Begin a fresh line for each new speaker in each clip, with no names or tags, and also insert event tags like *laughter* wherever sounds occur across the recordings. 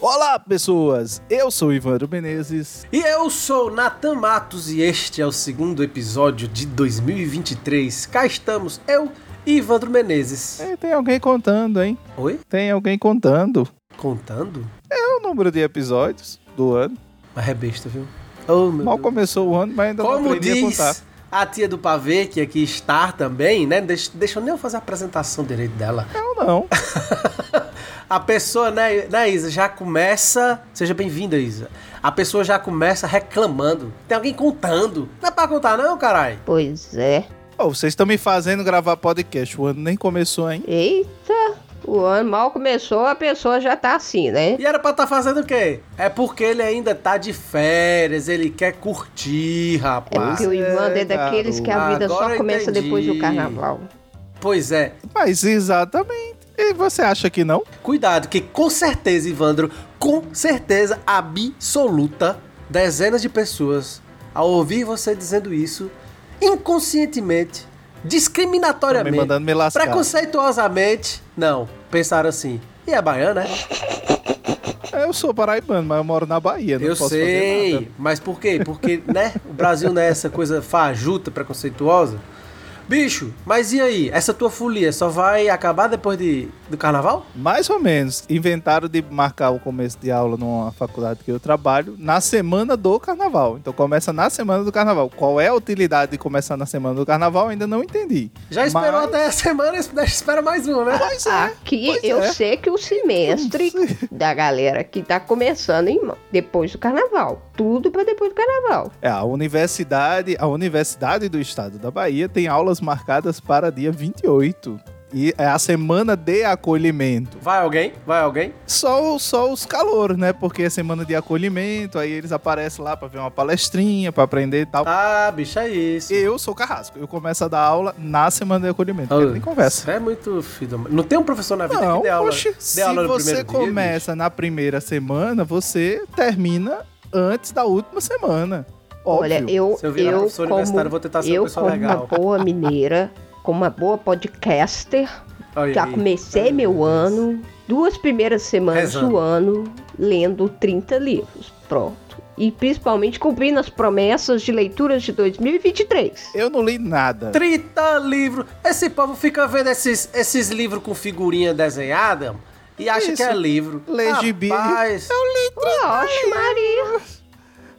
Olá, pessoas! Eu sou o Ivandro Menezes.
E eu sou Nathan Matos e este é o segundo episódio de 2023. Cá estamos, eu e Ivandro Menezes.
É, tem alguém contando, hein?
Oi?
Tem alguém contando.
Contando?
É o número de episódios do ano.
Mas é besta, viu? Oh, meu
Mal
Deus.
começou o ano, mas ainda não
Como
aprendi a
diz
contar.
a tia do pavê, que aqui está também, né? Deixa, deixa eu nem fazer a apresentação direito dela.
Não, não.
A pessoa, né, né, Isa, já começa... Seja bem-vinda, Isa. A pessoa já começa reclamando. Tem alguém contando. Não é pra contar não, caralho?
Pois é.
Ô, vocês estão me fazendo gravar podcast. O ano nem começou, hein?
Eita, o ano mal começou, a pessoa já tá assim, né?
E era pra estar fazendo o quê? É porque ele ainda tá de férias, ele quer curtir,
É
rapaz.
porque o Ivan é
é,
daqueles que a
garoto.
vida
Agora
só
eu
começa depois do
entendi.
carnaval.
Pois é,
Mas exatamente. E você acha que não?
cuidado, que com certeza, Ivandro, com certeza absoluta, dezenas de pessoas, ao ouvir você dizendo isso, inconscientemente,
Tão me
discriminatoriamente,
mandando me lascar.
preconceituosamente, não, pensaram assim. E é baiana, né?
Eu sou paraibano, mas eu moro na Bahia. Não
Eu
posso fazer nada.
sei, mas por quê? Porque, né, o Brasil não é essa coisa fajuta, preconceituosa. Bicho, mas e aí? Essa tua folia só vai acabar depois de, do carnaval?
Mais ou menos. Inventaram de marcar o começo de aula numa faculdade que eu trabalho na semana do carnaval. Então começa na semana do carnaval. Qual é a utilidade de começar na semana do carnaval? Ainda não entendi.
Já esperou
Mas-
até a semana, *laughs* espera mais uma, né?
Pois é.
Ah, Aqui
Pois
eu
é.
sei que o semestre da galera que tá começando em, depois do carnaval. Tudo pra depois do carnaval.
*laughs* É, a universidade, a Universidade do Estado da Bahia tem aulas marcadas para dia 28. E é a semana de acolhimento.
Vai alguém? Vai alguém?
Só, o- só os calouros, né? Porque é semana de acolhimento, aí eles aparecem lá pra ver uma palestrinha, pra aprender e tal.
Ah, bicho, é isso.
Eu sou carrasco. Eu começo a dar aula na semana de acolhimento.
Ah,
porque nem conversa.
É muito filho. da- Não tem um professor na vida
Não,
que dê aula.
oxe,
dê aula
se
no
você
primeiro dia,
começa na primeira semana, você termina antes da última semana. Óbvio.
Olha, eu,
bicho. Se eu virar
eu
professor universitário, eu
como,
vou tentar ser uma
eu
pessoa
como uma
legal.
boa mineira, como uma boa podcaster,
Olha
Já
aí.
comecei
Ai,
meu
Deus.
ano, duas primeiras semanas
Rezando.
do ano, lendo 30 livros. Pronto. E principalmente cumprindo as promessas de leituras de 2023.
Eu não li nada.
30 livros. Esse povo fica vendo esses, esses livros com figurinha desenhada e acha
Isso.
que é livro.
Lê gibi.
Rapaz,
Oxe, Maria!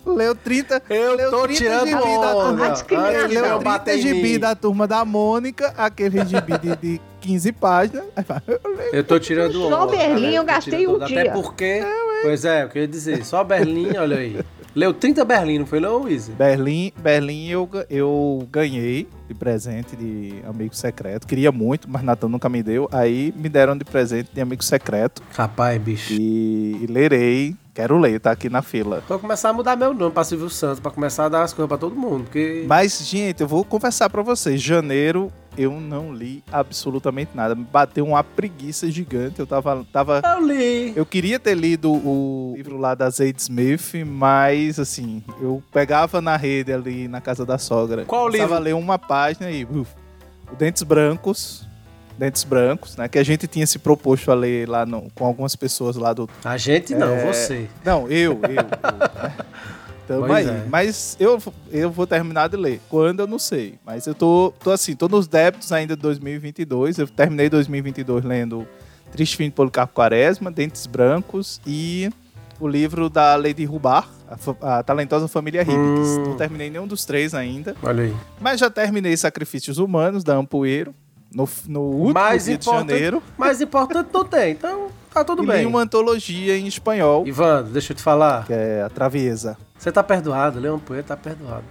Leu 30.
Eu
leu
tô
30
tirando
gibi da
onda.
turma.
Antes que me
Ele
não,
leu 30
bater em mim.
gibi da turma da Mônica, aquele gibi de, de 15 páginas. Aí fala, eu leio.
Eu tô tirando
Só
onda,
Berlim
galera,
eu
tô
gastei
tirando
um
onda. Até
dia.
porque... Pois é, eu queria dizer, só Berlim, *laughs* olha aí. Leu 30 Berlim, não foi não, Luiz?
Berlim, Berlim eu, ga- eu ganhei de presente de amigo secreto. Queria muito, mas Natan nunca me deu. Aí me deram de presente de amigo secreto.
Rapaz, bicho.
E, e lerei. Quero ler, tá aqui na fila.
Vou começar a mudar meu nome pra Silvio Santos, pra começar a dar as coisas pra todo mundo, porque...
Mas, gente, eu vou confessar pra vocês. Janeiro, eu não li absolutamente nada. Me bateu uma preguiça gigante. Eu tava... tava...
Eu li.
Eu queria ter lido o livro lá da Zaid Smith, mas, assim, eu pegava na rede ali, na casa da sogra.
Qual
Começava
livro?
a ler uma página e... uf, o Dentes Brancos... Dentes Brancos, né? Que a gente tinha se proposto a ler lá no- com algumas pessoas lá do
A gente não,
É.
você.
não, eu, eu. eu, né? Então,
Pois
mas
é.
mas eu, eu vou terminar de ler. Quando eu não sei. Mas eu tô, tô assim, tô nos débitos ainda de 2022. Eu terminei 2022 lendo Triste Fim de Policarpo Quaresma, Dentes Brancos e o livro da Lady Rubar, a, fa- a talentosa família Hibbs.
Hum.
Não terminei nenhum dos três ainda.
Olha aí.
Mas já terminei Sacrifícios Humanos, da Ampoeiro, no, no último
Mais
dia
importante-
de janeiro.
Mas importante não tem, então tá tudo
e li
bem.
uma antologia em espanhol,
Ivandro, deixa eu te falar.
que é A Traviesa.
Você tá perdoado, Leão Poeira tá perdoado.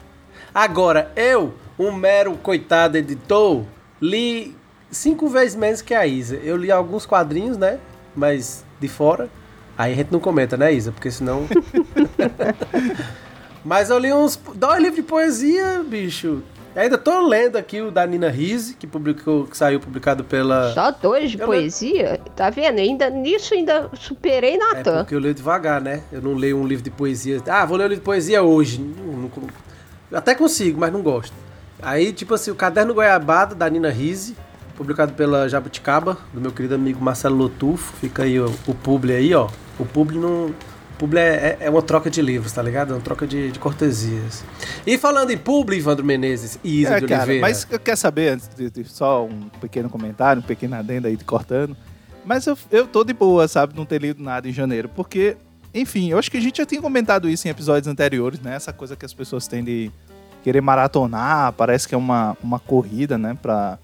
Agora, eu, um mero coitado editor, li cinco vezes menos que a Isa. Eu li alguns quadrinhos, né? Mas de fora. Aí a gente não comenta, né, Isa? Porque senão. *laughs* Mas eu li uns. Dá um livro de poesia, bicho. Eu ainda tô lendo aqui o da Nina Rize, que publicou, que saiu publicado pela.
Só dois de
Eu
poesia? Tá vendo? Ainda, nisso ainda superei
É
Natan.
porque eu leio devagar, né? Eu não leio um livro de poesia. Ah, vou ler um livro de poesia hoje. Não- não- eu até consigo, mas não gosto. Aí, tipo assim, o Caderno Goiabada, da Nina Rize, publicado pela Jabuticaba, do meu querido amigo Marcelo Lotufo. Fica aí ó, o publi aí, ó. O publi não... o Publi é, é- é uma troca de livros, tá ligado? É uma troca de, de cortesias. E falando em publi, Ivandro Menezes e Isa
É,
de
cara,
Oliveira.
mas eu quero saber, antes de, de- só um pequeno comentário, um pequeno adendo aí de cortando. Mas eu, eu tô de boa, sabe, não ter lido nada em janeiro, porque, enfim, eu acho que a gente já tinha comentado isso em episódios anteriores, né? Essa coisa que as pessoas têm de querer maratonar, parece que é uma, uma corrida, né, pra,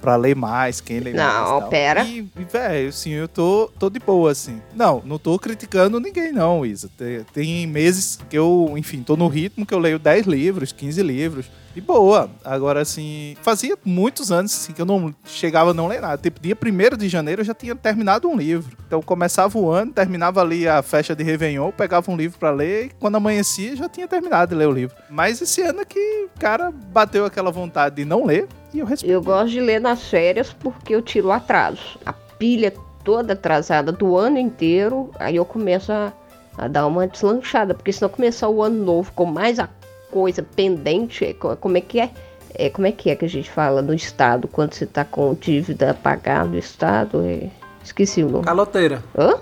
pra ler mais, quem lê mais.
Não,
e tal.
pera.
E, e, velho, assim, eu tô, tô de boa, assim. Não, não tô criticando ninguém, não, Isa. Tem, tem meses que eu, enfim, tô no ritmo que eu leio 10 livros, 15 livros. E boa. Agora, assim, fazia muitos anos assim, que eu não chegava a não ler nada. Tipo, dia 1 de janeiro eu já tinha terminado um livro. Então, eu começava o ano, terminava ali a festa de Réveillon, pegava um livro pra ler e quando amanhecia já tinha terminado de ler o livro. Mas esse ano é que, cara, bateu aquela vontade de não ler e eu respeito.
Eu gosto de ler nas férias porque eu tiro o atraso. A pilha toda atrasada do ano inteiro, aí eu começo a, a dar uma deslanchada, porque senão começar o ano novo com mais a coisa pendente, é co- como é que é? É, como é que é que a gente fala no estado quando você tá com dívida a pagar no estado? É, esqueci o nome.
Caloteira.
Hã?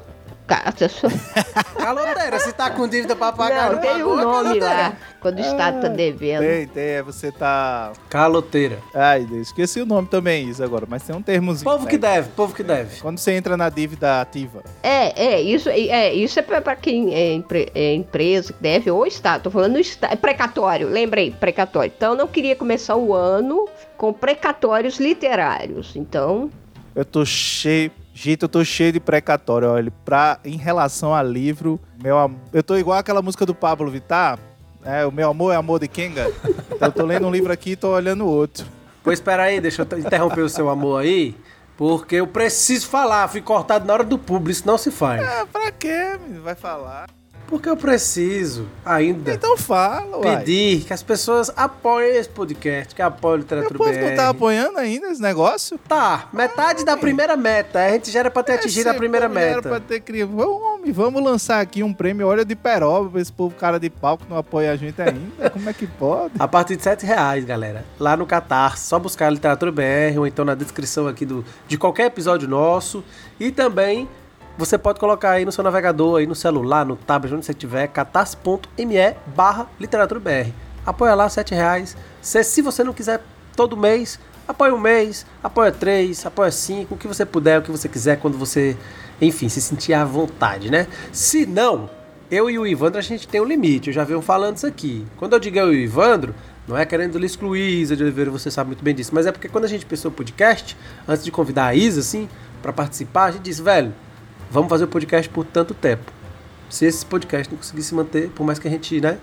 Cara, você-
Caloteira, se tá com dívida pra pagar,
não,
não,
tem
pagou,
um
é
nome
caloteira.
lá. Quando o estado tá devendo.
Tem, tem, é você tá.
Caloteira.
Ai, Deus, esqueci o nome também, Isa, agora, mas tem um termozinho.
Povo que
né?
deve, povo que deve.
Quando você entra na dívida ativa.
É, é, isso é, é, isso é pra pra quem é, empre- é empresa, que deve, ou Estado, tô falando Estado, é precatório, lembrei, precatório. Então eu não queria começar o ano com precatórios literários, então...
Eu tô cheio. Gente, eu tô cheio de precatório, olha. Pra, em relação a livro, meu amor. Eu tô igual aquela música do Pablo Vittar. É, o meu amor é amor de Kenga. Então eu tô lendo um livro aqui e tô olhando o outro.
Pois espera aí, deixa eu t- interromper o seu amor aí, porque eu preciso falar, fui cortado na hora do público, isso não se faz.
Ah, pra quê, menino? Vai falar?
Porque eu preciso ainda
Então fala, uai.
pedir que as pessoas apoiem esse podcast, que apoiem o
O
Literatura
povo não tá
BR.
apoiando ainda esse negócio?
Tá, metade da primeira meta, a gente já era pra ter atingido a
Esse
primeira
povo É, né? Era pra
meta.
ter criado. Homem, vamos lançar aqui um prêmio Olha de Peroba pra esse povo cara de pau que não apoia a gente ainda. Como é que pode?
*laughs* A partir de 7 reais, galera. Lá no Catar, só buscar a Literatura BR ou então na descrição aqui do, de qualquer episódio nosso. E também você pode colocar aí no seu navegador, aí no celular, no tablet, onde você tiver, catarse.me barra literatura BR. Apoia lá, 7 reais. Se, se você não quiser todo mês, apoia um mês, apoia três, apoia cinco, o que você puder, o que você quiser, quando você, enfim, se sentir à vontade, né? Se não, eu e o Ivandro, a gente tem um limite, eu já venho falando isso aqui. Quando eu digo eu e o Ivandro, não é querendo lhe excluir, Isa de Oliveira, você sabe muito bem disso, mas é porque quando a gente pensou o podcast, antes de convidar a Isa, assim, pra participar, a gente disse, velho, vamos fazer o podcast por tanto tempo. Se esse podcast não conseguir se manter, por mais que a gente, né,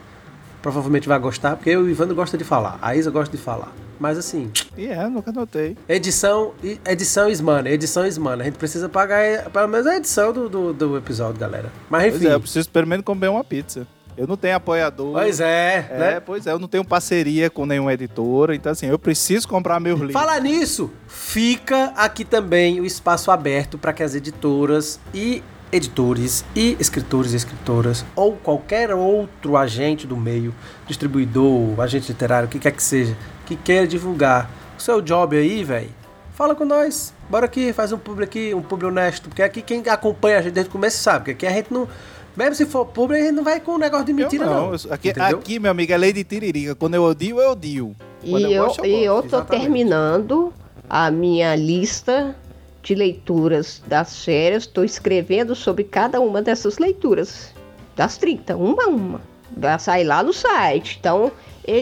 provavelmente vai gostar, porque eu e o Ivandro gosta de falar, a Isa gosta de falar. Mas assim,
E é, nunca notei.
Edição, e- edição Smana, edição Smana. A gente precisa pagar eh, pelo menos a edição do, do, do episódio, galera. Mas
Pois
enfim.
é, eu preciso pelo menos comer uma pizza. Eu não tenho apoiador.
Pois é,
É,
né?
pois é, eu não tenho parceria com nenhuma editora, então assim, eu preciso comprar meus livros.
Falar nisso, fica aqui também o espaço aberto para que as editoras e editores e escritores e escritoras ou qualquer outro agente do meio, distribuidor, agente literário, o que quer que seja, que queira divulgar o seu job aí, velho. Fala com nós. Bora aqui, faz um publi aqui, um publi honesto, porque aqui quem acompanha a gente desde o começo sabe que aqui a gente não mesmo se for publi, a gente não vai com um negócio de
Eu
mentira não.
eu sou- Aqui,
Entendeu?
aqui, meu amigo, é lei de tiririca. Quando eu odio, eu odio. Quando
E eu,
gosto,
e eu
gosto.
tô
exatamente.
terminando a minha lista de leituras das férias, tô escrevendo sobre cada uma dessas leituras, das 30, uma a uma. Vai sair lá no site, então...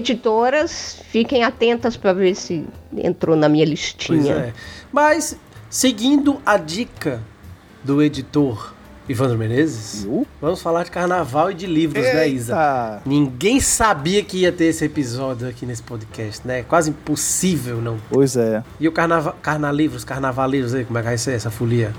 Editoras, fiquem atentas para ver se entrou na minha
Pois
listinha.
é. Mas, seguindo a dica do editor Ivandro Menezes,
Uh,
vamos falar de carnaval e de livros, né, Isa?
eita.
Ninguém sabia que ia ter esse episódio aqui nesse podcast, né? Quase impossível não
Pois é.
e o carnaval, carnalivros, carnavalivros aí, como é que vai ser essa folia?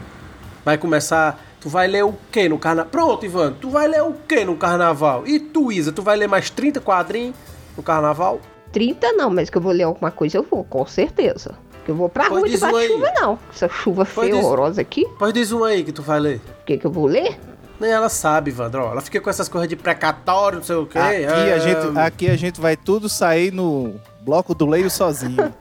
Vai começar Tu vai ler o que no carnaval? Pronto, Ivan, tu vai ler o que no carnaval? E tu, Isa, tu vai ler mais 30 quadrinhos no carnaval?
30 não, mas que eu vou ler alguma coisa, eu vou, com certeza. Que eu vou pra
Pois
rua de
diz um aí.
chuva, não. Essa chuva
Pois
feia,
diz-
horrorosa aqui.
Pois diz um aí que tu vai ler.
O que, que eu vou ler?
Nem ela sabe, Vandro. Ela fica com essas coisas de precatório, não sei o quê.
Aqui,
Ah,
a gente, aqui a gente vai tudo sair no bloco do leio sozinho.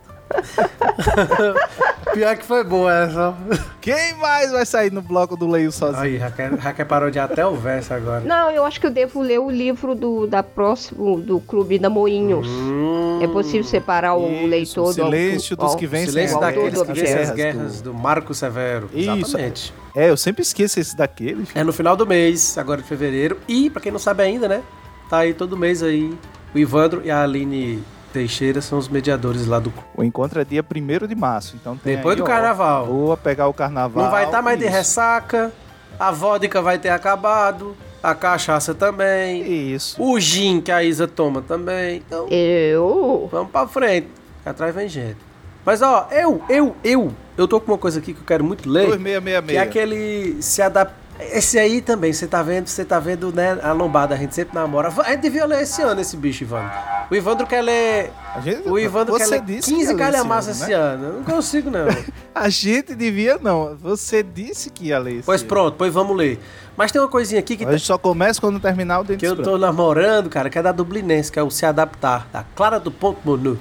Pior que foi boa essa.
Quem mais vai sair no bloco do leio sozinho?
Aí, Raquel, Raquel parodiar até o verso agora.
Não, eu acho que eu devo ler o livro do, da próximo, do Clube da Moinhos.
Hum.
É possível separar o
Isso,
leitor do...
silêncio dos
ao-
que
ao-
vencem
Silêncio
as
ao-
daqueles
do
que
as
vencem
objeto.
as guerras do Marco Severo.
Isso.
Exatamente.
É, eu sempre esqueço esse daquele.
É no final do mês, agora de fevereiro. E, pra quem não sabe ainda, né? Tá aí todo mês aí. O Ivandro e a Aline Teixeira são os mediadores lá do.
O encontro é dia 1 de março, então tem
Depois
aí,
do
ó,
carnaval.
Boa, pegar o carnaval.
Não vai estar mais de
isso.
ressaca. A vodka vai ter acabado. A cachaça também.
Isso.
O gin que a Isa toma também. Então,
Eu...
vamos pra frente. que Atrás vem gente. Mas ó, eu, eu, eu, eu tô com uma coisa aqui que eu quero muito ler. Que é
2666.
aquele se adapta. Esse aí também, você tá vendo, você tá vendo, né? A lombada, a gente sempre namora. A gente devia ler esse ano esse bicho, Ivandro. O Ivandro quer ler.
A gente-
O Ivandro quer
você
ler
disse
15
que ia ler esse
calhamaças
ano,
esse
né?
ano. Eu não
*laughs*
consigo, não.
A gente devia não. Você disse que ia ler esse
pois
ano.
pronto, pois vamos ler. Mas tem uma coisinha aqui que
A gente só começa quando terminar o
Que
Dentes
eu tô namorando, cara, que é da Dublinense, que é o Se Adaptar, da Clara do Ponto Monu.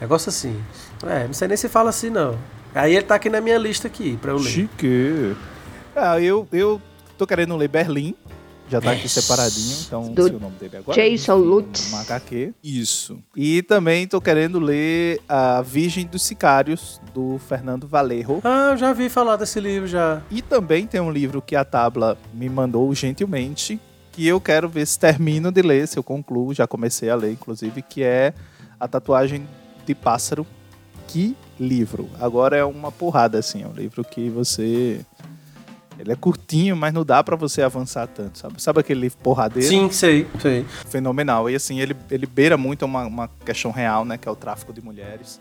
Negócio assim. É, não sei nem se fala assim, não. Aí ele tá aqui na minha lista aqui, pra eu ler.
Chique. Ah, eu, eu tô querendo ler Berlim. Já tá aqui separadinho, então
Do
sei o nome dele agora.
Jason Lutz.
Um HQ. Isso. E também tô querendo ler A Virgem dos Sicários, do Fernando Valerro.
Ah, eu já vi falar desse livro já.
E também tem um livro que a Tabla me mandou gentilmente, que eu quero ver se termino de ler, se eu concluo, já comecei a ler, inclusive, que é A Tatuagem de Pássaro. Que livro! Agora é uma porrada, assim, é um livro que você... Ele é curtinho, mas não dá pra você avançar tanto, sabe? Sabe aquele livro porradeiro?
Sim, sei, sei.
Fenomenal. E, assim, ele, ele beira muito uma, uma questão real, né? Que é o tráfico de mulheres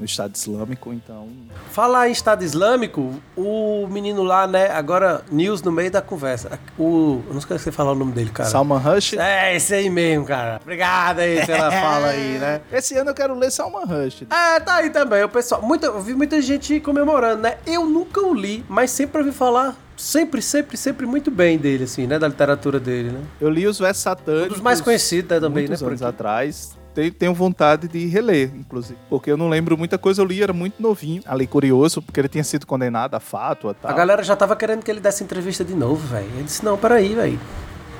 no Estado Islâmico, então...
Falar em Estado Islâmico, o menino lá, né, agora, news no meio da conversa. O. Eu não esqueci de falar o nome dele, cara.
Salman Rushdie...
É, esse aí mesmo, cara. Obrigado aí pela fala aí, né?
Esse ano eu quero ler Salman Rushdie.
É, tá aí também. O pessoal, muita, eu vi muita gente comemorando, né? Eu nunca o li, mas sempre ouvi falar, sempre, sempre, sempre muito bem dele, assim, né? Da literatura dele, né?
Eu li os versos
Um
satânicos.
dos mais conhecidos né, também, né?
muitos
Por
anos
aqui.
atrás. Te- Tenho vontade de reler, inclusive. Porque eu não lembro muita coisa, eu li, era muito novinho. Ali, curioso, porque ele tinha sido condenado à fátua e tal.
A galera já tava querendo que ele desse entrevista de novo, velho. Ele disse, não, peraí, velho.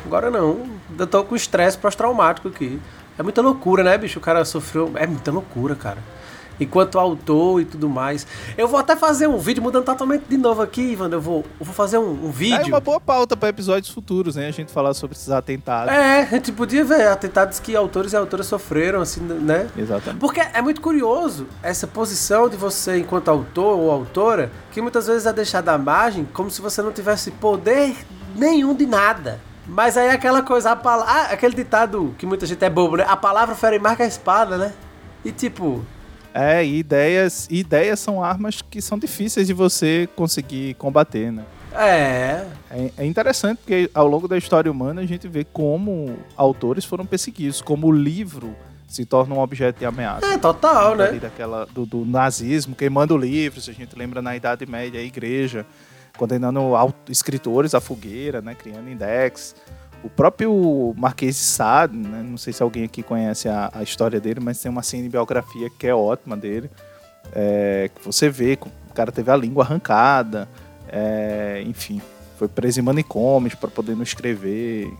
Agora não. Eu tô com estresse pós-traumático aqui. É muita loucura, né, bicho? O cara sofreu. É muita loucura, cara. Enquanto autor e tudo mais. Eu vou até fazer um vídeo, mudando totalmente de novo aqui, Ivan. Eu vou, eu vou fazer um, um vídeo.
É uma boa pauta para episódios futuros, né? A gente falar sobre esses atentados.
É, a gente podia ver atentados que autores e autoras sofreram, assim, né?
Exatamente.
Porque é muito curioso essa posição de você, enquanto autor ou autora, que muitas vezes é deixada à margem, como se você não tivesse poder nenhum de nada. Mas aí aquela coisa, a pala- ah, aquele ditado que muita gente é bobo, né? A palavra fere mais que a espada, né? E tipo,
É, e ideias, e ideias são armas que são difíceis de você conseguir combater, né?
é.
É- É interessante porque ao longo da história humana a gente vê como autores foram perseguidos, como o livro se torna um objeto de ameaça.
É total,
ali
né?
daquela do, do nazismo, queimando livros, a gente lembra na Idade Média a igreja condenando aut- escritores à fogueira, né, criando index. O próprio Marquês de Sade, né, não sei se alguém aqui conhece a, a história dele, mas tem uma cinebiografia que é ótima dele, é, que você vê, que o cara teve a língua arrancada, é, enfim, foi preso em manicomes para poder não escrever,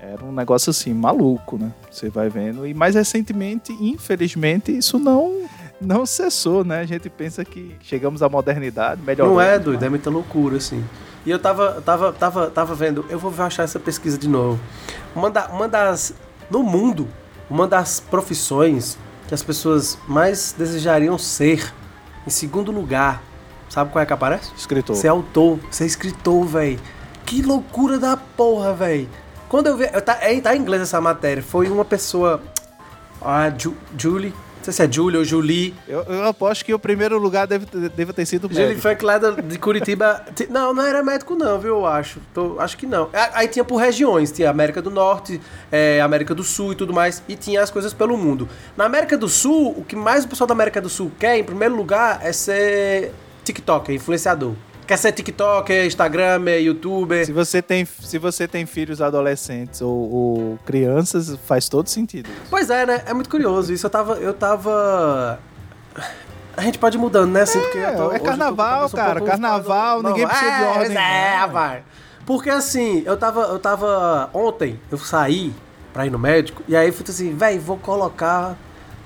era um negócio assim, maluco, né? Você vai vendo. E mais recentemente, infelizmente, isso não não cessou, né? A gente pensa que chegamos à modernidade, melhor. né?
Não é doido, é muita loucura, assim. E eu tava, tava, tava, tava vendo, eu vou achar essa pesquisa de novo. Uma, da- uma das. No mundo, uma das profissões que as pessoas mais desejariam ser, em segundo lugar, sabe qual é que aparece?
Escritor.
Ser autor, ser escritor, velho. Que loucura da porra, velho. Quando eu vi. Eu tá, é, tá em inglês essa matéria. Foi uma pessoa. A ah, Ju- Julie Não sei se é Júlio ou Julie.
Eu, eu aposto que o primeiro lugar deve, deve ter sido o
Júlio
médico.
Funk lá da- de Curitiba. ti- Não, não era médico, não, viu? Eu acho. Tô- acho que não. A- Aí tinha por regiões, tinha América do Norte, é, América do Sul e tudo mais. E tinha as coisas pelo mundo. Na América do Sul, o que mais o pessoal da América do Sul quer, em primeiro lugar, é ser TikToker, influenciador. Quer ser TikToker, Instagramer, youtuber.
Se você, tem, se você tem filhos adolescentes ou, ou crianças, faz todo sentido.
Pois é, né? É muito curioso. Isso eu tava. Eu tava. A gente pode ir mudando, né? Assim, porque eu
é
hoje eu com a
carnaval,
cabeça
cara,
pouco-
carnaval, ninguém precisa de
é,
ordem, né?
É,
não.
vai. Porque assim, eu tava. Eu tava. Ontem eu saí pra ir no médico, e aí eu fui assim, véi, vou colocar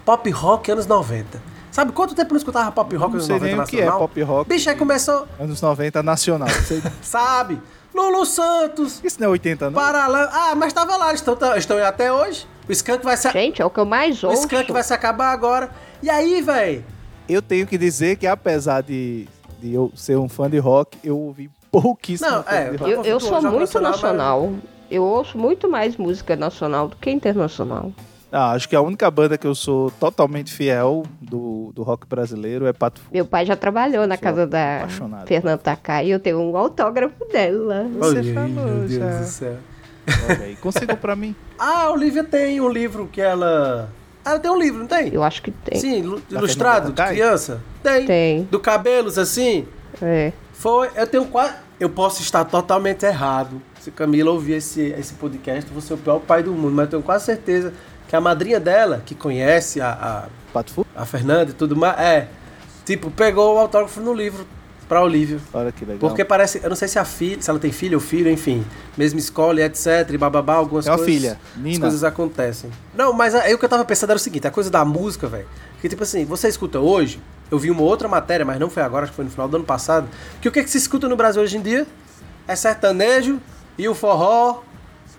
pop rock anos 90. Sabe quanto tempo eu não escutava pop rock
Não
anos
sei
90
nem o que é
nacional?
pop rock.
Bicho, aí começou,
Anos 90 nacional. Você-
sabe? Lulu Santos,
Isso não é 80, não?
Paralama. Ah, mas tava lá, eles estão, estão aí até hoje. O Skank vai se,
Gente, é o que eu mais
o
ouço.
Skank vai se acabar agora. E aí, véi?
Eu tenho que dizer que apesar de, de eu ser um fã de rock, eu ouvi pouquíssimo
Não,
coisa
é,
de rock.
Eu, eu sou
Já
muito
nacional,
nacional. Eu ouço muito mais música nacional do que internacional.
Ah, acho que a única banda que eu sou totalmente fiel do, do rock brasileiro é Pato Fu.
Meu pai já trabalhou na
Sou
casa da
apaixonado.
Fernanda Takai e eu tenho um autógrafo dela.
Você falou já.
céu.
Olha aí, consiga pra mim.
Ah, a Olivia tem um livro que ela. Ela tem um livro, não tem?
Eu acho que tem.
Sim, ilu-
Da
ilustrado, de
Fernanda Takai?
criança? Tem.
um Tem.
Do cabelos assim?
É.
Foi. Eu tenho quase. Eu posso estar totalmente errado. Se Camila ouvir esse, esse podcast, eu vou ser o pior pai do mundo. Mas eu tenho quase certeza que a madrinha dela, que conhece a- a,
Pato Fu?
a Fernanda e tudo mais. É, tipo, pegou o autógrafo no livro pra Olívio.
Olha que legal.
Porque parece, eu não sei se a filha, se ela tem filho ou filho, enfim, mesma escola, e etc, e bababá, algumas
É uma
coisas.
filha,
as
Nina.
coisas acontecem. Não, mas aí o que eu tava pensando era o seguinte, a coisa da música, velho, que tipo assim, você escuta hoje, eu vi uma outra matéria, mas não foi agora, acho que foi no final do ano passado, que o que é que se escuta no Brasil hoje em dia? É sertanejo e o forró,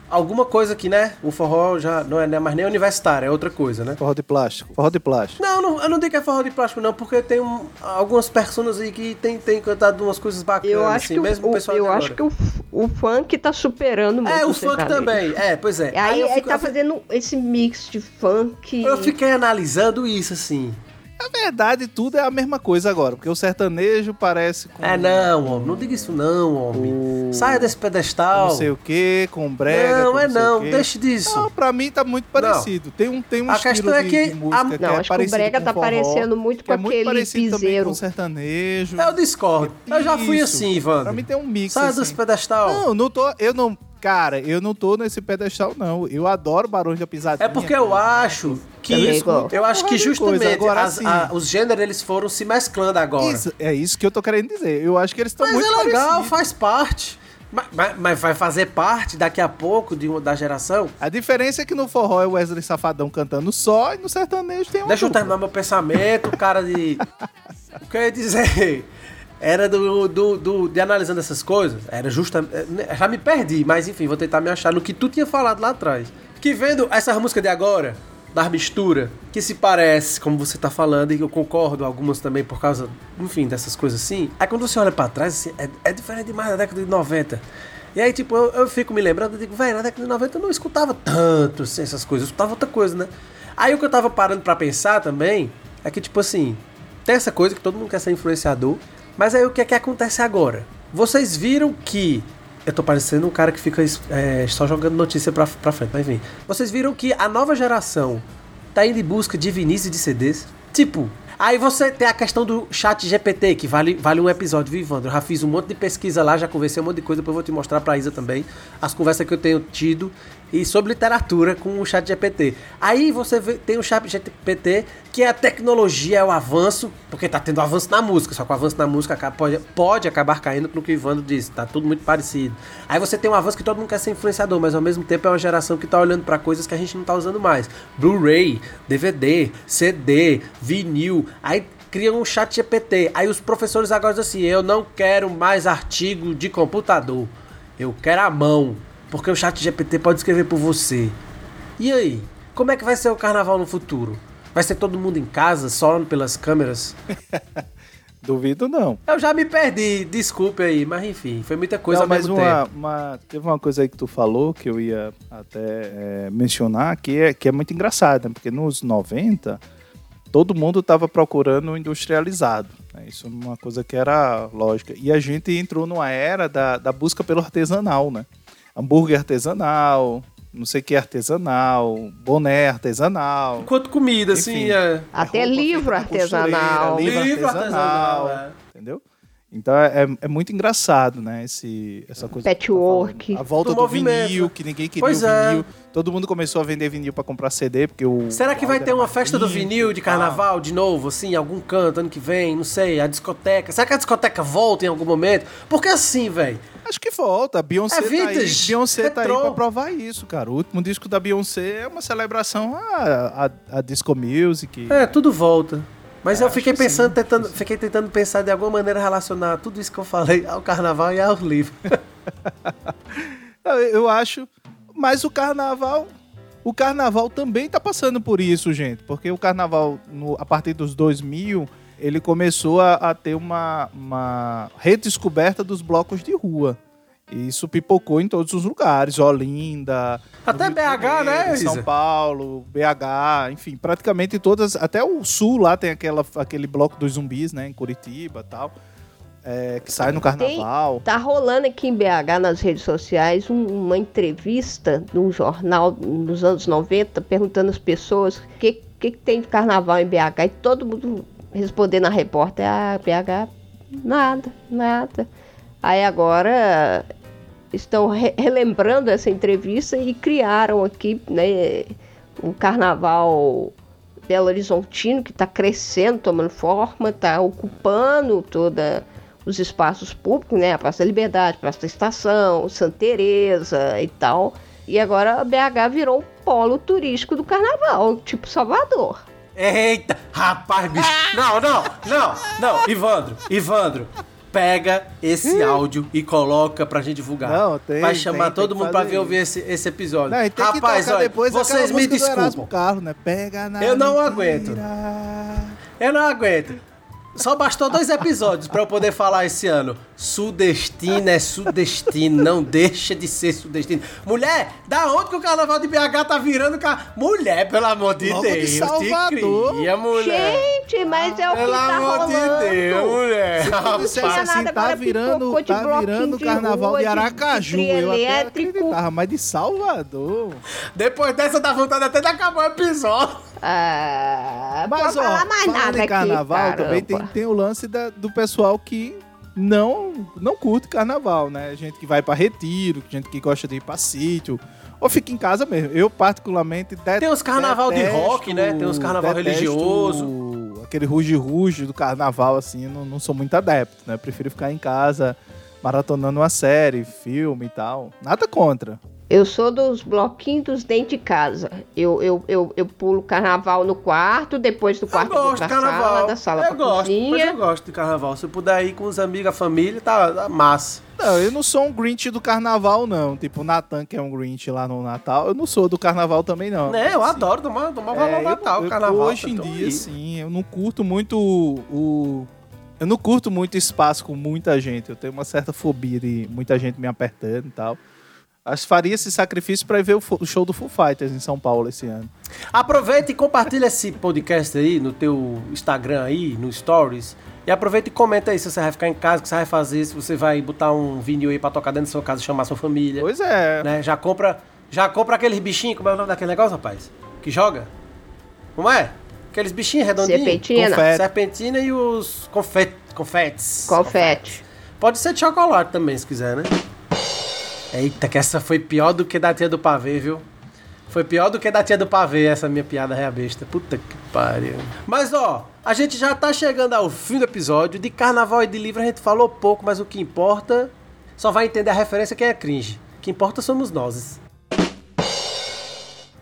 alguma coisa que, né, o forró já não é né, mais nem universitário, é outra coisa, né?
Forró de plástico. Forró de plástico.
Não, não, eu não digo que é forró de plástico, não, porque tem um- algumas personas aí que tem, tem cantado umas coisas bacanas,
Eu acho
assim,
que,
mesmo
o,
o pessoal
eu
de agora.
acho que o, f- o funk tá superando muito
É, o funk
sertanejo.
também, é, pois é.
Aí,
eu,
aí
fico-
tá
eu fico-
fazendo esse mix de funk.
eu fiquei analisando isso, assim.
Na verdade, tudo é a mesma coisa agora, porque o sertanejo parece com
É, não, homem, não diga isso não, homem. Saia desse pedestal.
não sei o quê, com brega,
não,
com
é
sei o
não,
quê.
deixe disso.
Não, pra mim tá muito parecido. Tem um, tem um
A
estilo
questão é
de,
que
de música
a-
que
Não,
é
acho que o
parecido
brega
com
tá
forró,
parecendo muito
que
com
é muito
aquele
parecido também
piseiro.
com sertanejo.
Eu discordo. É Eu já fui
Isso.
assim,
Pra mim
Ivan.
tem um mix,
Saia
assim.
desse pedestal.
Não, não tô. Eu não. Cara, eu não tô nesse pedestal, não. Eu adoro Barões da Pisadinha.
É porque eu acho que
Também
isso,
igual.
eu acho
Porra
que
de
justamente
é coisa, agora assim,
as-
sim.
a- os gêneros eles foram se mesclando agora.
Isso, é isso que eu tô querendo dizer. Eu acho que eles estão
Mas
muito
é legal,
parecidos.
faz parte. Mas, mas- mas vai fazer parte daqui a pouco de uma- da geração.
A diferença é que no forró é o Wesley Safadão cantando só e no sertanejo tem um.
Deixa eu terminar meu pensamento, cara de. o que eu ia dizer? Era do, do, do- de analisando essas coisas. Era justamente. Já me perdi, mas enfim, vou tentar me achar no que tu tinha falado lá atrás. Que vendo essas músicas de agora, das misturas, que se parece, como você tá falando, e eu concordo, algumas também por causa, enfim, dessas coisas assim. Aí quando você olha pra trás, assim, é, é diferente demais da década de 90. E aí, tipo, eu, eu fico me lembrando, eu digo, velho, na década de 90 eu não escutava tanto assim, essas coisas, eu escutava outra coisa, né? Aí o que eu tava parando pra pensar também é que, tipo assim, tem essa coisa que todo mundo quer ser influenciador, mas aí o que é que acontece agora? Vocês viram que. Eu tô parecendo um cara que fica é, só jogando notícia pra, pra frente, mas enfim. Vocês viram que a nova geração tá indo em busca de vinis e de CDs? Tipo. Aí você tem a questão do chat GPT, que vale, vale um episódio, viu, Ivandro? Eu já fiz um monte de pesquisa lá, já conversei um monte de coisa, depois eu vou te mostrar pra Isa também as conversas que eu tenho tido e sobre literatura com o chat GPT. Aí você vê- tem o chat GPT, que é a tecnologia, é o avanço, porque tá tendo avanço na música, só que o avanço na música acaba- pode, pode acabar caindo no que o Ivandro disse, tá tudo muito parecido. Aí você tem um avanço que todo mundo quer ser influenciador, mas ao mesmo tempo é uma geração que tá olhando pra coisas que a gente não tá usando mais. Blu-ray, DVD, CD, vinil, aí criam um chat GPT. Aí os professores agora dizem assim: eu não quero mais artigo de computador, eu quero a mão, porque o chat GPT pode escrever por você. E aí, como é que vai ser o carnaval no futuro? Vai ser todo mundo em casa, só olhando pelas câmeras?
Duvido não.
Eu já me perdi, desculpe aí, mas enfim, foi muita coisa
Não,
ao
mas
mesmo
uma,
tempo.
uma- teve uma coisa aí que tu falou que eu ia eh, né? até é, mencionar, que é, que é muito engraçada, porque nos 90 todo mundo estava procurando o industrializado. né? Isso é uma coisa que era lógica. E a gente entrou numa era da, da busca pelo artesanal, né? Hambúrguer artesanal, não sei o que artesanal, boné artesanal.
Enquanto comida, assim,
Enfim.
é.
Até
roupa feita
livro
por
artesanal.
costureira,
Livro
Livro
artesanal,
artesanal. né?
é.
Entendeu? Então é, é muito engraçado, né? Esse, essa coisa. que eu tô
Patchwork.
falando. A volta
Do
do,
movimento.
vinil, que ninguém queria
Pois
o
é.
vinil. Todo mundo começou a vender vinil pra comprar CD, porque o.
Será que vai
o
ter uma
álbum
festa do
era mais
vinil
limpo
de
e tal.
carnaval de novo, assim, em algum canto, ano que vem, não sei, a discoteca? Será que a discoteca volta em algum momento? Porque assim, velho,
Acho que volta. A Beyoncé
É
tá
vintage,
aí. Beyoncé tá aí
retrô.
pra provar isso, cara. O último disco da Beyoncé é uma celebração à, à, à disco music.
é, tudo volta. Mas eu fiquei
acho que
pensando,
sim.
tentando, fiquei tentando pensar de alguma maneira relacionar tudo isso que eu falei ao carnaval e ao livro.
Eu, eu acho. Mas o carnaval. O carnaval também tá passando por isso, gente. Porque o carnaval, no- a partir dos 2000, ele começou a, a ter uma, uma redescoberta dos blocos de rua. E isso pipocou em todos os lugares. Olinda.
Até
no Rio de
BH, né,
Janeiro,
Isa?
São Paulo, BH, enfim, praticamente todas. Até o sul lá tem aquela, aquele bloco dos zumbis, né? Em Curitiba e tal. é, que sai no carnaval.
Tá rolando aqui em BH nas redes sociais um- uma entrevista num jornal nos anos 90 perguntando às pessoas o que, que, que tem de carnaval em BH e todo mundo respondendo a repórter: Ah, BH, nada, nada. Aí agora estão re- relembrando essa entrevista e criaram aqui né, o carnaval Belo Horizontino, que está crescendo, tomando forma, está ocupando toda os espaços públicos, né? A Praça da Liberdade, Praça da Estação, Santa Teresa e tal. E agora a BH virou um polo turístico do carnaval, tipo Salvador.
Eita, rapaz, bicho. Não, não, não, não. Ivandro, Ivandro, pega esse áudio e coloca pra gente divulgar.
Não, tem-
Vai chamar
tem- tem
todo
que
mundo pra
fazer
ver
isso.
ouvir esse, esse episódio.
Não, e tem
rapaz,
que tocar
olha,
depois
vocês
aquela
me
música do
desculpam.
Erasmo Carlos, né? Pega na
Eu não
aguento.
Eu não aguento. Só bastou dois episódios pra eu poder falar esse ano. Sudestino é sudestino, não deixa de ser sudestino. Mulher, da onde que o carnaval de BH tá virando ca... Mulher, pelo amor de
Logo de
Deus,
Salvador.
te cria, mulher.
Gente, mas é o que
pelo
tá
amor
rolando.
de Deus, mulher.
Tu
Rapaz.
dissesse assim,
nada, agora
tá virando,
pipocou de
tá
bloquinho
virando o
de
carnaval
rua,
de
de-
Aracaju.
de
Eu até
elétrico.
acreditava, mas de Salvador.
Depois dessa dá vontade até de acabar o episódio.
Ah,
Mas,
pode
ó,
falar mais
falando
nada
em
aqui,
carnaval também tem,
caramba.
tem o lance da- do pessoal que não, não curte carnaval, né? Gente que vai pra retiro, gente que gosta de ir pra sítio, ou fica em casa mesmo. Eu, particularmente, det-
Tem uns carnaval de
detesto-
rock, né? Tem uns carnaval
detesto
religioso.
Aquele ruge-ruge do carnaval, assim, eu não, não sou muito adepto, né? Eu prefiro ficar em casa maratonando uma série, filme e tal. Nada contra.
Eu sou dos bloquinhos dos dentes de casa. Eu, eu, eu, eu pulo carnaval no quarto, depois do
Eu
quarto eu vou
gosto
pra
de carnaval.
sala, da sala
eu
pra
gosto, mas eu
cozinha.
gosto de carnaval. Se eu puder ir com os amigos, a família, tá, tá massa.
Não, eu não sou um Grinch do carnaval, não. Tipo, o Natan, que é um Grinch lá no Natal, eu não sou do carnaval também, não.
Né, eu
Assim,
adoro tomar, tomar valor
é, eu-
Natal,
eu-
carnaval.
Hoje em
tá tudo
dia,
aí.
sim, eu não curto muito o, o- Eu não curto muito espaço com muita gente. Eu tenho uma certa fobia de muita gente me apertando e tal. Acho que faria esse sacrifício pra ir ver o, fu- o show do Foo Fighters em São Paulo esse ano.
Aproveita e compartilha esse podcast aí no teu Instagram aí, no Stories. E aproveita e comenta aí se você vai ficar em casa, o que você vai fazer, se você vai botar um vinil aí pra tocar dentro da sua casa e chamar sua família.
Pois é.
Né? Já compra, já compra aqueles bichinhos, como é o nome daquele negócio, rapaz? Que joga? Como é? Aqueles bichinhos redondinhos.
Serpentina.
Confete. Serpentina e os confet, confetes.
Confete.
Pode ser de chocolate também, se quiser, né? Eita, que essa foi pior do que da tia do pavê, viu? Foi pior do que da tia do pavê, essa minha piada é besta. Puta que pariu. Mas ó, a gente já tá chegando ao fim do episódio. De carnaval e de livro a gente falou pouco, mas o que importa só vai entender a referência quem é cringe. O que importa somos nós.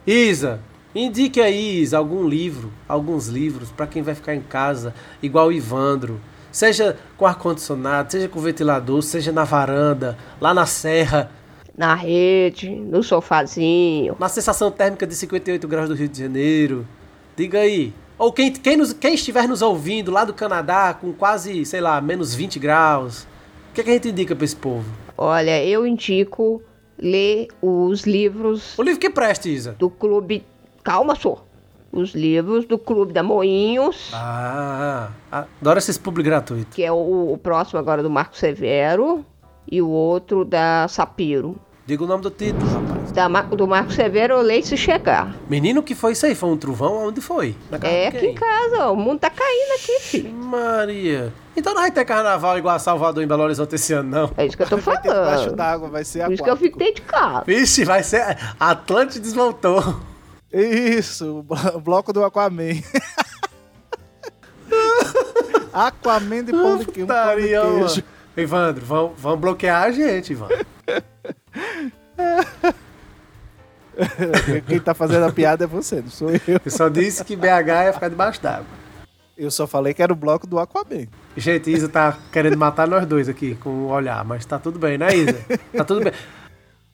Isa, indique aí, Isa, algum livro, alguns livros pra quem vai ficar em casa, igual o Ivandro. Seja com ar-condicionado, seja com ventilador, seja na varanda, lá na serra,
Na rede, no sofazinho.
na sensação térmica de 58 graus do Rio de Janeiro. Diga aí. Ou quem, quem, nos- quem estiver nos ouvindo lá do Canadá com quase, sei lá, menos 20 graus. O que, é que a gente indica pra esse povo?
Olha, eu indico ler os livros
O livro que preste, Isa.
do clube. Calma, só. os livros do Clube da Moinhos,
Ah, adoro esses publi gratuitos.
que é o, o próximo agora do Marco Severo, e o outro da Sapiro.
Diga o nome do título, rapaz.
Da, Ma- do Marco Severo eu leio se chegar.
Menino, que foi isso aí? Foi um trovão? Onde foi? Na casa
é
de
aqui
quem?
em casa, ó, o mundo tá caindo aqui, filho.
Maria. Então não vai ter carnaval igual a Salvador em Belo Horizonte esse ano, não.
É isso que eu tô
Vai ter debaixo
falando.
d'água, vai ser
Por isso que eu fico
aquático.
dentro de casa.
Vixe, vai ser. Atlântides voltou.
Isso, o blo- o bloco do Aquaman. *laughs* Aquaman de pão de que- um pão de
Putaria, mano.
queijo.
Evandro, vão, vão bloquear a gente, Evandro.
Quem tá fazendo a piada é você, não sou eu.
Eu só disse que BH ia ficar debaixo d'água.
Eu só falei que era o bloco do Aquaman.
Gente, Isa tá querendo matar nós dois aqui com o olhar, mas tá tudo bem, né, Isa? Tá tudo bem.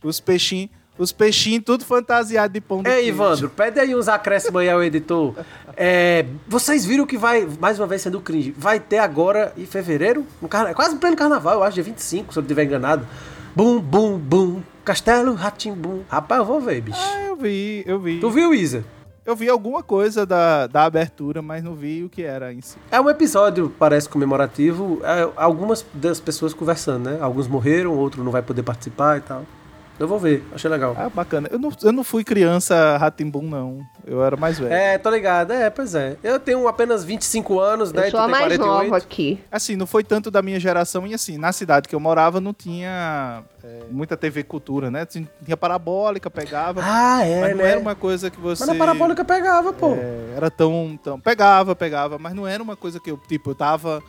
Os peixinhos, os peixinhos tudo fantasiado de pão de
Ei,
queijo.
Ivandro, pede aí uns acréscimos aí ao editor. É, vocês viram que vai, mais uma vez sendo cringe, vai ter agora em fevereiro, no carna- é quase pleno carnaval, eu acho, dia 25, se eu não estiver enganado. Bum, bum, bum, Castelo Ratimbum. Rapaz, eu vou ver, bicho.
Ah, eu vi, eu vi.
Tu viu, Isa?
Eu vi alguma coisa da, da abertura, mas não vi o que era em si.
É um episódio, parece comemorativo, é, algumas das pessoas conversando, né? Alguns morreram, outro não vai poder participar e tal. Eu vou ver, achei legal.
Ah, bacana. Eu não, eu não fui criança Ratimbum, não. Eu era mais velho.
É, tô ligado, é, pois é. Eu tenho apenas 25 anos, né?
Eu
e
sou
tu
a
tem
mais
48.
nova aqui.
Assim, não foi tanto da minha geração e assim, na cidade que eu morava não tinha é, muita TV cultura, né? Tinha tinha parabólica, pegava.
Ah, é,
mas não
né?
era uma coisa que você.
Mas na parabólica pegava, pô.
é, era tão, tão. Pegava, pegava, mas não era uma coisa que eu, tipo, eu tava.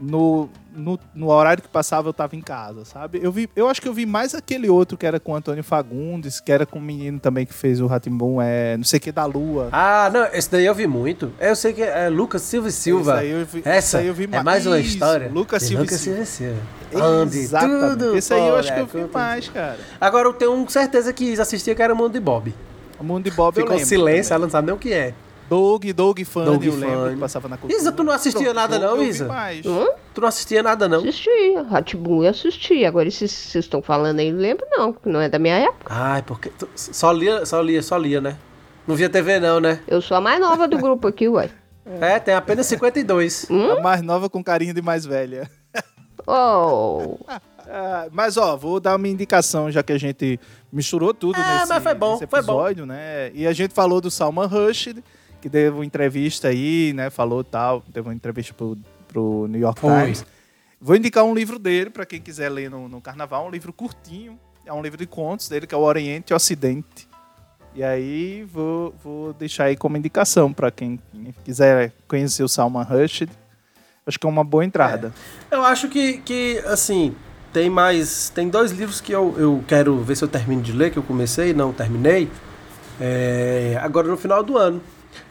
No, no, no horário que passava, eu tava em casa, sabe? Eu, vi, eu acho que eu vi mais aquele outro que era com o Antônio Fagundes, que era com o menino também que fez o Ratimbum, é não sei o que da Lua.
Ah, não, esse daí eu vi muito. Eu sei que é Lucas Silva e Silva.
Esse aí eu vi- esse
Essa
aí eu vi
é
mais.
mais uma
Isso,
história.
Lucas
de
Silva e
Lucas
Silva.
Silva. e Silva. Ande
Exatamente.
tudo,
Esse aí eu acho que eu
moleque,
vi mais, cara.
Agora eu tenho um certeza que eles assistiam que era o Mundo de Bob.
O Mundo de Bob eu
Ficou
lembro.
silêncio,
também.
ela não sabe nem o que é.
Doug, Doug Funny,
Doug
eu lembro,
Funny.
que passava na cultura.
Isa, tu não assistia
Pronto,
nada não,
eu vi
Isa?
mais.
Tu não assistia nada, não.
Hum? Assisti, Ratibum eu assisti. Agora, esses que vocês estão falando aí, não lembro não, que não é da minha época.
Ai, porque. tu- só lia, só lia, só lia, né? Não via TV, não, né?
Eu sou a mais nova do grupo aqui,
*laughs*
ué.
É, tem apenas 52.
A mais nova com carinho de mais velha.
Oh,
Ah, mas, ó, vou dar uma indicação, já que a gente misturou tudo
É,
nesse,
mas foi bom,
nesse
foi bom.
episódio, né? E a gente falou do Salman Rushdie, que teve uma entrevista aí, né? Falou tal, teve uma entrevista pro, pro New York
Foi.
Times. Vou indicar um livro dele, pra quem quiser ler no, no Carnaval, um livro curtinho. É um livro de contos dele, que é o Oriente e Ocidente. E aí vou, vou deixar aí como indicação pra quem quiser conhecer o Salman Rushdie. Acho que é uma boa entrada.
Eu acho que, que assim, tem mais. Tem dois livros que eu, eu quero ver se eu termino de ler, que eu comecei e não terminei. É, agora no final do ano.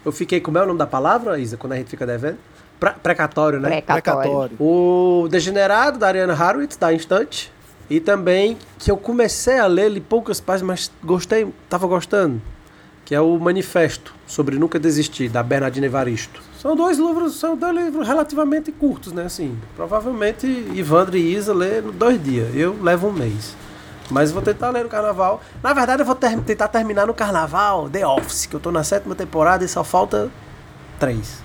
Eu fiquei, como é o nome da palavra, Isa, quando a gente fica devendo? Pra- precatório, né?
precatório.
O Degenerado, da Ariana Harwitz, da Instante. E também que eu comecei a ler li poucas páginas, mas gostei, tava gostando. Que é o Manifesto sobre Nunca Desistir, da Bernardina Evaristo. São dois livros, são dois livros relativamente curtos, né? Assim, provavelmente Ivandro e Isa lê no dois dias. Eu levo um mês. Mas vou tentar ler no carnaval. Na verdade, eu vou ter- tentar terminar no carnaval The Office, que eu tô na sétima temporada e só falta três.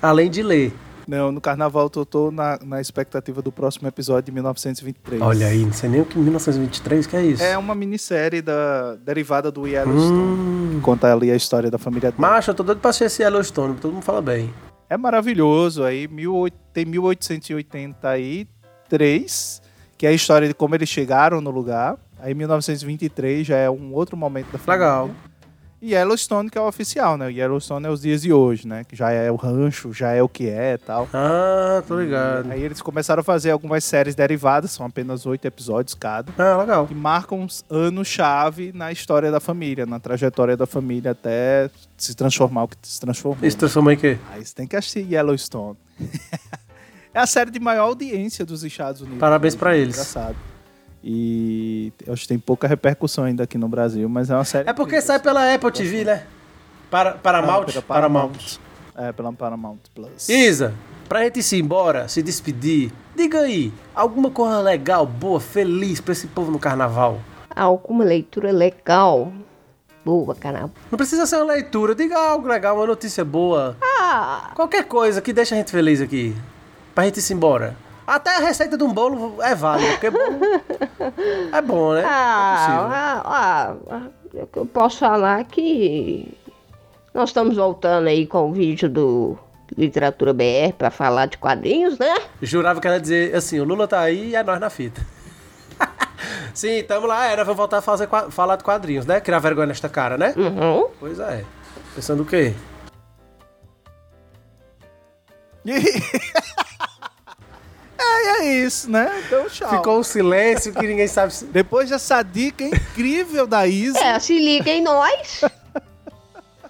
Além de ler.
Não, no carnaval eu tô, tô na, na expectativa do próximo episódio de 1923.
Olha aí, não sei nem o que 1923 que é isso.
É uma minissérie da, derivada do Yellowstone. que Conta ali a história da família dele.
Hum. Macho, eu tô doido pra assistir esse Yellowstone, todo mundo fala bem.
É maravilhoso. Aí 18 tem 1883, que é a história de como eles chegaram no lugar. Aí 1923 já é um outro momento da família.
Legal.
E Yellowstone, que é o oficial, né? Yellowstone é os dias de hoje, né? Que já é o rancho, já é o que é e tal.
Ah, tô ligado.
Aí eles começaram a fazer algumas séries derivadas, são apenas oito episódios cada,
Ah, legal.
que marcam uns anos-chave na história da família, na trajetória da família até se transformar o que se transformou.
Isso transformou em quê?
Aí você tem que assistir Yellowstone. *laughs* é a série de maior audiência dos Estados Unidos. É
Parabéns pra eles.
Engraçado. E eu acho que tem pouca repercussão ainda aqui no Brasil, mas é uma série.
É porque
incrível,
sai
assim.
pela Apple TV, né? Para, Paramount?
Ah, pela
Paramount.
É, pela Paramount Plus.
Isa, pra gente se ir embora, se despedir, diga aí, alguma coisa legal, boa, feliz pra esse povo no carnaval?
alguma leitura legal. boa, caramba.
Não precisa ser uma leitura, diga algo legal, uma notícia boa.
Ah,
Qualquer coisa que deixa a gente feliz aqui. Pra gente ir embora. Até a receita de um bolo é válida, porque bolo é bom, né? é
ah, ah, ah, ah, o que eu posso falar é que nós estamos voltando aí com o vídeo do Literatura BR para falar de quadrinhos, né?
possível. Jurava que ela ia dizer assim, o Lula tá aí e é nós na fita. *laughs* Sim, tamo lá, era pra voltar a fazer, qua- falar de quadrinhos, né? Criar vergonha nesta cara, né?
Uhum.
Pois é. Pensando o quê?
*laughs* é, é isso, né? Então, tchau.
Ficou um silêncio que ninguém sabe se...
Depois dessa dica incrível da Isa.
É, se liga
*laughs*
em nós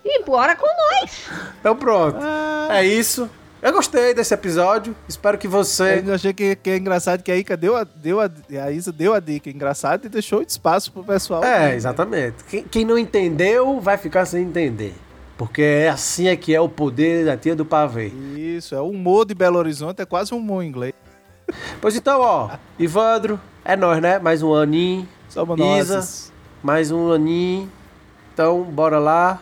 e bora com nós.
Então pronto.
Ah.
É isso. Eu gostei desse episódio. Espero que você.
Eu achei que, que é engraçado que a Ica deu a, deu a, a Isa deu a dica engraçada e deixou espaço pro pessoal.
É, exatamente. Quem, quem não entendeu vai ficar sem entender. Porque é assim é que é o poder da tia do pavê.
Isso, é o humor de Belo Horizonte, é quase um humor em inglês.
Pois então, ó, Ivandro, é nós, né? Mais um aninho.
Somos
Isa.
nós.
Mais um aninho. Então, bora lá.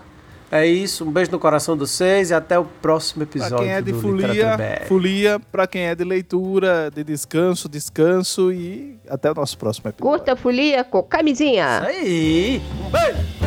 É isso. Um beijo no coração de vocês e até o próximo
Pra
episódio.
quem é de
do
folia,
Literatura BR.
folia, pra quem é de leitura, de descanso, descanso e até o nosso próximo episódio.
Curta a folia com camisinha.
Isso aí. Um beijo.